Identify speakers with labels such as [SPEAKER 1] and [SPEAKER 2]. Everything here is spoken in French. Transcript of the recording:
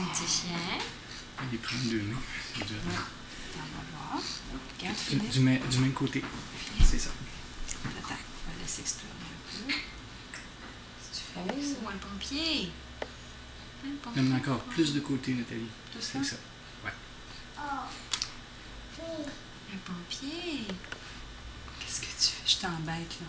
[SPEAKER 1] Bien.
[SPEAKER 2] Il prend deux mains. Je dirais.
[SPEAKER 1] On va voir. Regarde,
[SPEAKER 2] Du,
[SPEAKER 1] Philippe.
[SPEAKER 2] du même, du même côté. C'est ça.
[SPEAKER 1] Attends, on va laisser explorer un peu. Si tu
[SPEAKER 2] Ah
[SPEAKER 1] fais avec ça. Ou un pompier. Un pompier.
[SPEAKER 2] Même encore plus de côté, Nathalie.
[SPEAKER 1] Tout ça?
[SPEAKER 2] C'est ça.
[SPEAKER 1] Un pompier. Qu'est-ce que tu fais? Je t'embête, là.